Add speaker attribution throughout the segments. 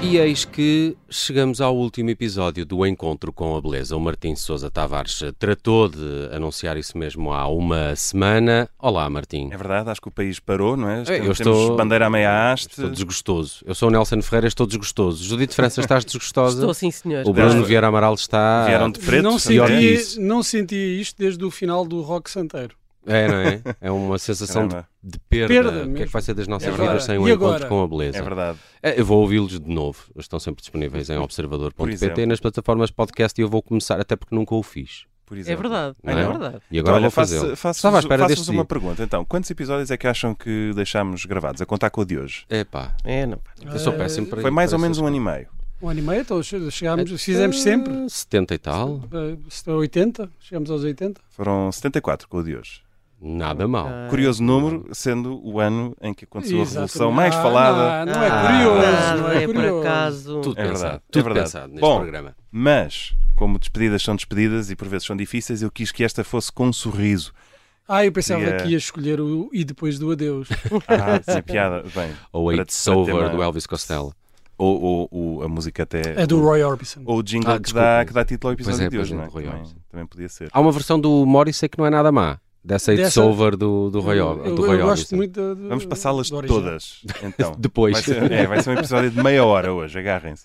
Speaker 1: E eis que chegamos ao último episódio do Encontro com a Beleza. O Martim Sousa Tavares tratou de anunciar isso mesmo há uma semana. Olá, Martim.
Speaker 2: É verdade, acho que o país parou, não é?
Speaker 1: Eu
Speaker 2: Temos
Speaker 1: estou-
Speaker 2: bandeira à meia haste.
Speaker 1: Estou desgostoso. Eu sou o Nelson Ferreira, estou desgostoso. Judite França, estás desgostosa?
Speaker 3: Estou sim, senhor.
Speaker 1: O Bruno Vieira Amaral está.
Speaker 2: Vieram de preto.
Speaker 4: não,
Speaker 1: pior que
Speaker 4: sentia,
Speaker 1: isso.
Speaker 4: não sentia isto desde o final do Rock Santeiro.
Speaker 1: É, não é? É uma sensação de,
Speaker 2: Caramba,
Speaker 1: de perda.
Speaker 4: Perda
Speaker 1: o que é que
Speaker 4: mesmo.
Speaker 1: vai ser das nossas
Speaker 2: É
Speaker 1: vidas
Speaker 2: verdade.
Speaker 1: sem o
Speaker 4: E
Speaker 1: encontro
Speaker 4: agora?
Speaker 1: com a beleza?
Speaker 2: É verdade.
Speaker 1: É, Eu vou ouvi-los de novo. Estão sempre disponíveis em
Speaker 2: Por
Speaker 1: observador.pt
Speaker 2: exemplo.
Speaker 1: nas plataformas podcast e eu vou começar, até porque nunca o fiz.
Speaker 2: Por
Speaker 3: É
Speaker 2: exemplo.
Speaker 3: verdade,
Speaker 1: Não
Speaker 3: é,
Speaker 1: é?
Speaker 3: verdade.
Speaker 1: E agora
Speaker 2: Então, Olha,
Speaker 1: vou
Speaker 2: faço-
Speaker 1: fazê-lo.
Speaker 2: faço-vos-
Speaker 1: Estava à espera
Speaker 2: faço-vos
Speaker 1: deste
Speaker 2: uma
Speaker 1: dia.
Speaker 2: pergunta. Então, quantos episódios é que acham que deixámos gravados? A contar com o de hoje?
Speaker 1: Epá,
Speaker 3: É, não. pá.
Speaker 1: eu
Speaker 4: Ah,
Speaker 1: sou péssimo para
Speaker 2: Foi mais
Speaker 1: para
Speaker 2: ou menos
Speaker 1: essas
Speaker 2: um ano e meio.
Speaker 4: Um ano e meio, então che- chegámos,
Speaker 1: coisas.
Speaker 4: fizemos sempre.
Speaker 1: Ah, 70 e tal.
Speaker 4: eh, se- 80, chegamos aos 80.
Speaker 2: Foram 74 com o de hoje.
Speaker 1: Nada mal.
Speaker 3: Ah,
Speaker 2: Curioso número, sendo o ano em que aconteceu
Speaker 4: Exatamente.
Speaker 2: a revolução mais
Speaker 4: Ah,
Speaker 2: falada.
Speaker 4: Não, não é
Speaker 1: Ah,
Speaker 4: curioso,
Speaker 3: Nada,
Speaker 4: não é,
Speaker 3: é por
Speaker 4: curioso.
Speaker 3: acaso.
Speaker 1: Tudo
Speaker 2: É
Speaker 1: pensado.
Speaker 2: verdade, é
Speaker 1: tudo
Speaker 2: verdade.
Speaker 1: pensado neste
Speaker 2: Bom,
Speaker 1: programa.
Speaker 2: Mas, como despedidas são despedidas e por vezes são difíceis, eu quis que esta fosse com um sorriso.
Speaker 4: Ah, eu pensava
Speaker 2: E, eh,
Speaker 4: que ia escolher o e depois do adeus.
Speaker 2: Ah, sem piada. Bem,
Speaker 1: Ou Oh,
Speaker 2: para-
Speaker 1: It's
Speaker 2: para ter
Speaker 1: Over
Speaker 2: uma-
Speaker 1: do Elvis Costello.
Speaker 2: ou, ou- ou a música até.
Speaker 4: É do Roy Orbison.
Speaker 2: Ou o jingle
Speaker 1: Ah,
Speaker 2: que,
Speaker 1: desculpa.
Speaker 2: dá, que dá título ao episódio
Speaker 1: Pois é,
Speaker 2: de
Speaker 1: pois
Speaker 2: hoje,
Speaker 1: é,
Speaker 2: não é?
Speaker 1: Roy
Speaker 2: Também,
Speaker 1: Orbison.
Speaker 2: também podia ser.
Speaker 1: Há uma versão do Morrissey que não é nada má. Dessa It's
Speaker 4: Dessa-
Speaker 1: Over do, do Roy, Or-
Speaker 4: eu,
Speaker 1: do
Speaker 4: eu
Speaker 1: Roy
Speaker 4: gosto
Speaker 1: Orbison.
Speaker 4: muito da- do-
Speaker 2: Vamos passá-las
Speaker 4: do original.
Speaker 2: todas, então.
Speaker 1: Depois.
Speaker 2: Vai ser, é, vai ser um episódio de meia hora hoje, agarrem-se.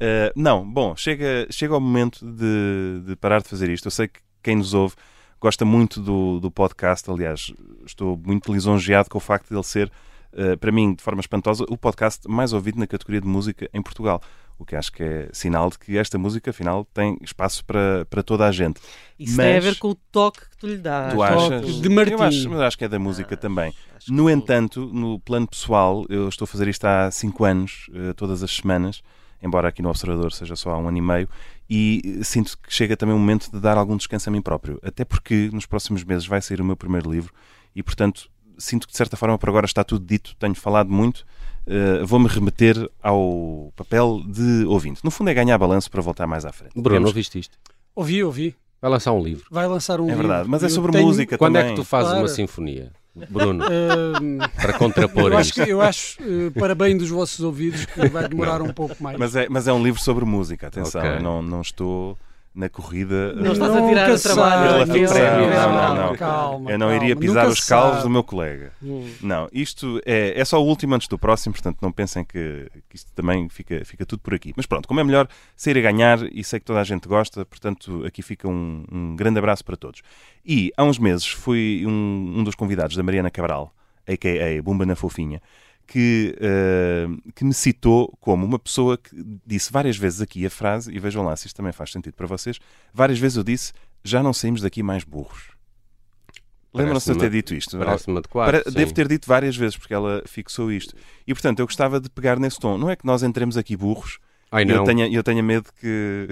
Speaker 2: Uh, não, bom, chega, chega ao momento de, de parar de fazer isto. Eu sei que quem nos ouve gosta muito do, do podcast, aliás, estou muito lisonjeado com o facto de ele ser, uh, para mim, de forma espantosa, o podcast mais ouvido na categoria de música em Portugal. O que acho que é sinal de que esta música, afinal, tem espaço para, para toda a gente.
Speaker 3: Isso tem a
Speaker 2: Mas-
Speaker 3: ver com o toque que tu lhe
Speaker 1: Ah,
Speaker 3: dás.
Speaker 2: Tu
Speaker 4: acho
Speaker 2: achas?
Speaker 4: que- De Martim.
Speaker 2: Eu acho, mas acho que é da música também.
Speaker 3: Acho
Speaker 2: No
Speaker 3: que-
Speaker 2: entanto, no plano pessoal, eu estou a fazer isto há 5 anos, eh, todas as semanas, embora aqui no Observador seja só há um ano e meio, e eh, sinto que chega também o momento de dar algum descanso a mim próprio. Até porque nos próximos meses vai sair o meu primeiro livro e, portanto, sinto que de certa forma por agora está tudo dito, tenho falado muito. eh, Vou-me remeter ao papel de ouvinte. No fundo, é ganhar balanço para voltar mais à frente.
Speaker 1: Bruno,
Speaker 2: Temos-
Speaker 1: ouviste isto?
Speaker 4: Ouvi, ouvi.
Speaker 1: Vai lançar um livro.
Speaker 4: Vai lançar um
Speaker 2: é
Speaker 4: livro.
Speaker 2: verdade, mas é
Speaker 4: Eu
Speaker 2: sobre
Speaker 4: tenho,
Speaker 2: música
Speaker 1: Quando
Speaker 2: também.
Speaker 1: é que tu fazes
Speaker 4: Claro.
Speaker 1: uma sinfonia? Bruno,
Speaker 4: ehm,
Speaker 1: para contrapor
Speaker 4: eu acho,
Speaker 1: isto.
Speaker 4: que, eu acho eh, para bem dos vossos ouvidos, que vai demorar um pouco mais.
Speaker 2: Mas é, mas é um livro sobre música, atenção.
Speaker 1: Ok.
Speaker 2: eu Não, não estou na corrida.
Speaker 3: Não
Speaker 2: eh,
Speaker 3: estás a tirar
Speaker 4: Nunca
Speaker 3: o
Speaker 4: sabe.
Speaker 3: trabalho.
Speaker 2: Pela
Speaker 3: àquele-
Speaker 2: frente, é não, não,
Speaker 4: Calma,
Speaker 2: não.
Speaker 4: Calma,
Speaker 2: eu não iria
Speaker 4: calma.
Speaker 2: pisar
Speaker 4: Nunca
Speaker 2: os calvos
Speaker 4: sabe.
Speaker 2: do meu colega.
Speaker 3: Hum.
Speaker 2: Não, isto é, é só o último antes do próximo, portanto não pensem que, que isto também fica, fica tudo por aqui. Mas pronto, como é melhor sair a ganhar e sei que toda a gente gosta, portanto aqui fica um, um grande abraço para todos. E há uns meses fui um, um dos convidados da Mariana Cabral, a.k.a. Bumba na Fofinha, que, eh, que me citou como uma pessoa que disse várias vezes aqui a frase, e vejam lá se isto também faz sentido para vocês, várias vezes eu disse, já não saímos daqui mais burros. Lembram-se de eu ter
Speaker 1: Parece-me-
Speaker 2: dito isto?
Speaker 1: Parece-me adequado.
Speaker 2: Para-
Speaker 1: sim.
Speaker 2: Devo ter dito várias vezes, porque ela fixou isto. E portanto, eu gostava de pegar nesse tom. Não é que nós entremos aqui burros,
Speaker 1: Ai,
Speaker 2: e eu
Speaker 1: não.
Speaker 2: tenha, eu tenha medo que.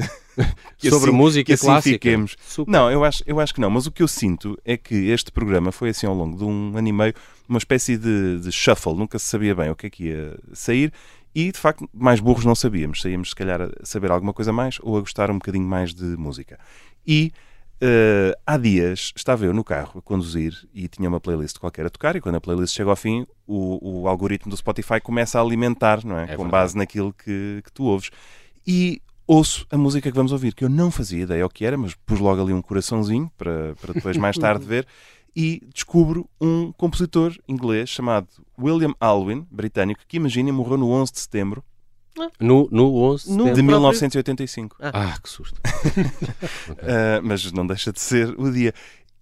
Speaker 2: que
Speaker 1: Sobre
Speaker 2: assim-
Speaker 1: música
Speaker 2: que assim
Speaker 1: clássica.
Speaker 2: fiquemos.
Speaker 1: Super.
Speaker 2: Não, eu acho, eu acho que não, mas o que eu sinto é que este programa foi assim ao longo de um ano e meio, uma espécie de, de shuffle, nunca se sabia bem o que é que ia sair, e de facto, mais burros não sabíamos. Saíamos, se calhar, a saber alguma coisa mais ou a gostar um bocadinho mais de música. E. eh, há dias estava eu no carro a conduzir e tinha uma playlist qualquer a tocar, e quando a playlist chega ao fim, o, o algoritmo do Spotify começa a alimentar, não é? Com
Speaker 1: verdade.
Speaker 2: base naquilo que, que tu ouves. E ouço a música que vamos ouvir, que eu não fazia ideia o que era, mas pus logo ali um coraçãozinho para, para depois mais tarde ver. E descubro um compositor inglês chamado William Alwyn, britânico, que imaginem morreu no 11 de setembro
Speaker 1: No, no 11 de
Speaker 3: No-
Speaker 2: de
Speaker 1: setembro.
Speaker 3: próprio-
Speaker 2: 1985.
Speaker 1: Ah, que susto.
Speaker 2: Uh, mas não deixa de ser o dia.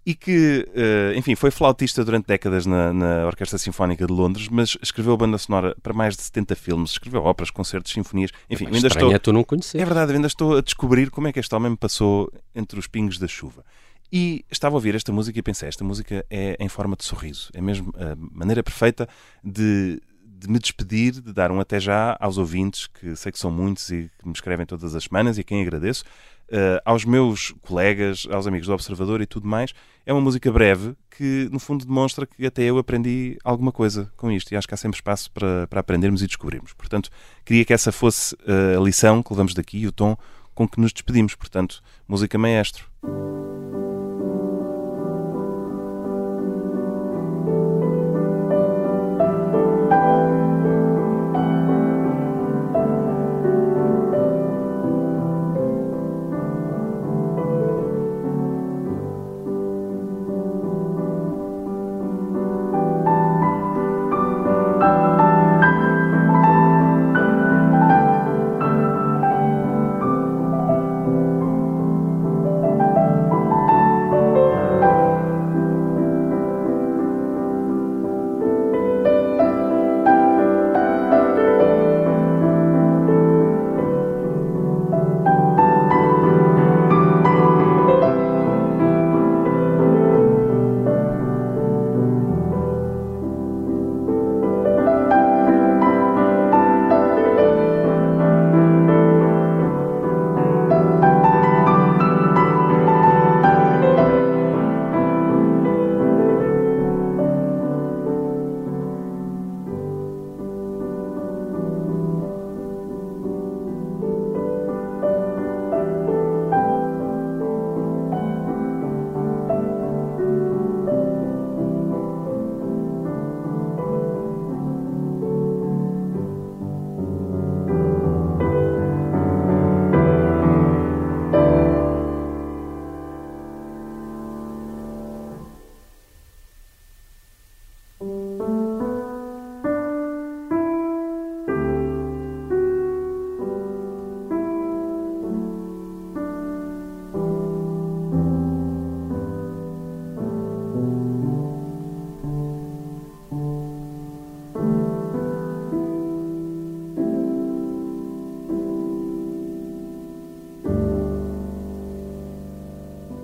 Speaker 2: E que, uh, enfim, foi flautista durante décadas na, na Orquestra Sinfónica de Londres, mas escreveu banda sonora para mais de 70 filmes, escreveu óperas, concertos, sinfonias. Enfim, eu ainda
Speaker 1: Estranho
Speaker 2: estou,
Speaker 1: é tu não
Speaker 2: É
Speaker 1: conhecer.
Speaker 2: verdade, eu ainda estou a descobrir como é que este homem me passou entre os pingos da chuva. E estava a ouvir esta música e pensei, esta música é em forma de sorriso. É mesmo a maneira perfeita de, de me despedir, de dar um até já aos ouvintes, que sei que são muitos e que me escrevem todas as semanas e a quem agradeço, eh, aos meus colegas, aos amigos do Observador e tudo mais. É uma música breve que, no fundo, demonstra que até eu aprendi alguma coisa com isto. E acho que há sempre espaço para, para aprendermos e descobrirmos. Portanto, queria que essa fosse eh, a lição que levamos daqui e o tom com que nos despedimos. Portanto, música maestro.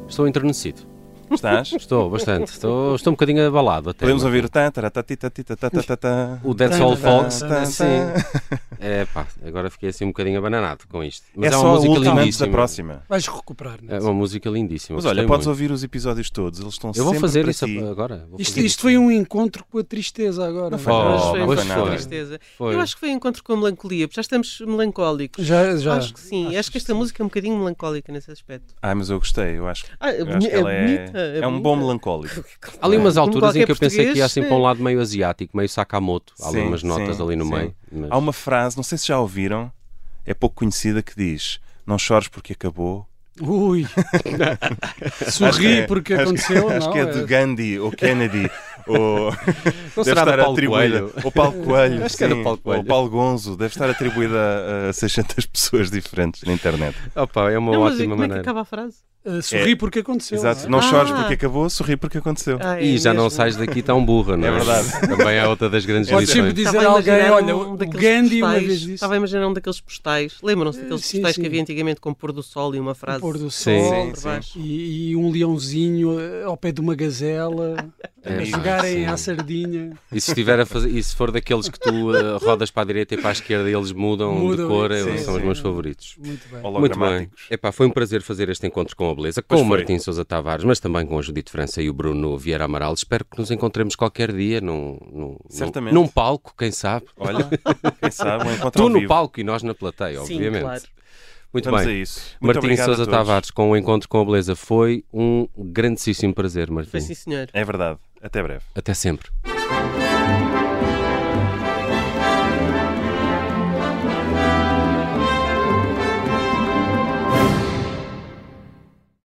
Speaker 1: Estou enternecido.
Speaker 2: Estás?
Speaker 1: Estou bastante. Estou, estou um bocadinho abalado até.
Speaker 2: Podemos ouvir o tan, tá, taratati, tatita, tatatá.
Speaker 1: O Dead Soul
Speaker 2: tá. Tan,
Speaker 1: Fox.
Speaker 2: tan,
Speaker 4: Sim.
Speaker 2: tan.
Speaker 1: É pá, agora fiquei assim um bocadinho abananado com isto.
Speaker 2: É
Speaker 1: Mas é, uma
Speaker 2: só o
Speaker 1: música
Speaker 2: último antes da
Speaker 1: lindíssima.
Speaker 2: próxima.
Speaker 4: Vais recuperar. né? Nelson.
Speaker 1: É uma música lindíssima.
Speaker 2: Mas olha,
Speaker 1: gostei
Speaker 2: podes
Speaker 1: muito.
Speaker 2: ouvir os episódios todos, eles estão
Speaker 1: Eu vou
Speaker 2: sempre
Speaker 1: fazer
Speaker 2: para
Speaker 1: isso
Speaker 2: ti.
Speaker 1: agora. Vou
Speaker 4: Isto,
Speaker 1: fazer
Speaker 4: isto foi um encontro com a tristeza agora. né?
Speaker 2: foi
Speaker 1: Oh,
Speaker 3: Mas foi
Speaker 2: não
Speaker 3: um
Speaker 2: foi
Speaker 3: pouco de
Speaker 2: nada.
Speaker 3: tristeza.
Speaker 1: Foi.
Speaker 3: Eu acho que foi um encontro com a melancolia, porque já estamos melancólicos.
Speaker 4: Já, já.
Speaker 3: Acho que sim. Acho, que esta música é um bocadinho melancólica nesse aspecto.
Speaker 2: Ah, mas eu gostei, eu acho.
Speaker 3: Ah,
Speaker 2: eu acho que ela é,
Speaker 3: bonita. É,
Speaker 2: é um
Speaker 3: bonita.
Speaker 2: bom melancólico.
Speaker 1: Há ali umas
Speaker 3: Como
Speaker 1: alturas em que eu
Speaker 3: qualquer
Speaker 1: pensei que ia assim
Speaker 3: português,
Speaker 1: para um lado meio asiático, meio Sakamoto. Há ali
Speaker 2: Sim,
Speaker 1: umas notas
Speaker 2: sim,
Speaker 1: ali no
Speaker 2: sim.
Speaker 1: meio. mas-
Speaker 2: Há uma frase, não sei se já ouviram, é pouco conhecida, que diz: Não chores porque acabou.
Speaker 4: Ui.
Speaker 2: Acho que
Speaker 4: Sorri
Speaker 2: é-
Speaker 4: porque
Speaker 2: acho que-
Speaker 4: aconteceu.
Speaker 2: Acho
Speaker 4: não, Eh,
Speaker 2: que é de Gandhi ou Kennedy ou.
Speaker 1: Não
Speaker 2: deve
Speaker 1: será da
Speaker 2: estar
Speaker 1: Paulo
Speaker 2: atribuída.
Speaker 1: Coelho?
Speaker 2: Ou Paulo Coelho.
Speaker 1: Acho que era
Speaker 2: sim,
Speaker 1: Paulo Coelho.
Speaker 2: Ou Paulo Gonzo. Deve estar atribuída a 600 pessoas diferentes na internet.
Speaker 1: Opa, é uma
Speaker 3: Não, mas
Speaker 1: ótima
Speaker 3: como é que
Speaker 1: maneira.
Speaker 3: acaba a frase?
Speaker 4: Uh, sorri porque aconteceu.
Speaker 2: é- Exato. Não
Speaker 4: Não é?
Speaker 2: chores
Speaker 3: Ah.
Speaker 2: porque acabou, sorri porque aconteceu.
Speaker 3: Ah, é
Speaker 1: E já não
Speaker 3: mesmo.
Speaker 1: sais daqui tão burra, não é?
Speaker 2: É verdade.
Speaker 1: Também é outra das grandes
Speaker 4: Podes sempre
Speaker 1: lições.
Speaker 4: dizer
Speaker 3: Estava
Speaker 4: a
Speaker 3: a
Speaker 4: alguém,
Speaker 3: imaginar
Speaker 4: olha,
Speaker 3: um
Speaker 4: o
Speaker 3: daqueles
Speaker 4: Gandhi uma
Speaker 3: postais.
Speaker 4: vez disse.
Speaker 3: Estava a imaginar um daqueles postais. Lembram-se daqueles
Speaker 4: Eh, sim,
Speaker 3: postais
Speaker 4: sim.
Speaker 3: que havia antigamente com o pôr do sol e uma
Speaker 4: O
Speaker 3: frase?
Speaker 4: pôr do
Speaker 1: Sim.
Speaker 4: sol
Speaker 2: Sim,
Speaker 3: por
Speaker 2: sim.
Speaker 3: baixo.
Speaker 4: E, e um leãozinho eh, ao pé de uma gazela,
Speaker 1: É,
Speaker 4: a
Speaker 1: pá,
Speaker 4: jogarem
Speaker 1: sim.
Speaker 4: à sardinha.
Speaker 1: E se, estiver a fazer, e se for daqueles que tu eh, rodas para a direita e para a esquerda e eles mudam, de
Speaker 4: Mudam,
Speaker 1: cor,
Speaker 4: sim,
Speaker 1: eh, são os
Speaker 4: sim.
Speaker 1: meus favoritos.
Speaker 4: Muito bem.
Speaker 1: Muito bem.
Speaker 2: Hologramáticos.
Speaker 1: Epá, foi um prazer fazer este encontro com a beleza, com
Speaker 2: Pois
Speaker 1: o
Speaker 2: foi.
Speaker 1: Martim Sousa Tavares, mas também com a Judite França e o Bruno Vieira Amaral. Espero que nos encontremos qualquer dia num, num, num,
Speaker 2: Certamente.
Speaker 1: num palco, quem sabe.
Speaker 2: Olha, quem sabe, um encontro
Speaker 1: Tu
Speaker 2: ao
Speaker 1: no
Speaker 2: vivo.
Speaker 1: palco e nós na plateia,
Speaker 3: Sim,
Speaker 1: obviamente.
Speaker 3: claro.
Speaker 1: Muito
Speaker 2: Vamos a
Speaker 1: bem.
Speaker 2: isso. Muito
Speaker 1: Martim
Speaker 2: obrigado a
Speaker 1: Sousa
Speaker 2: todos.
Speaker 1: Tavares com o encontro com a beleza foi um grandíssimo prazer,
Speaker 3: Foi
Speaker 1: Martim.
Speaker 3: sim, senhor.
Speaker 2: É verdade. Até breve.
Speaker 1: Até sempre.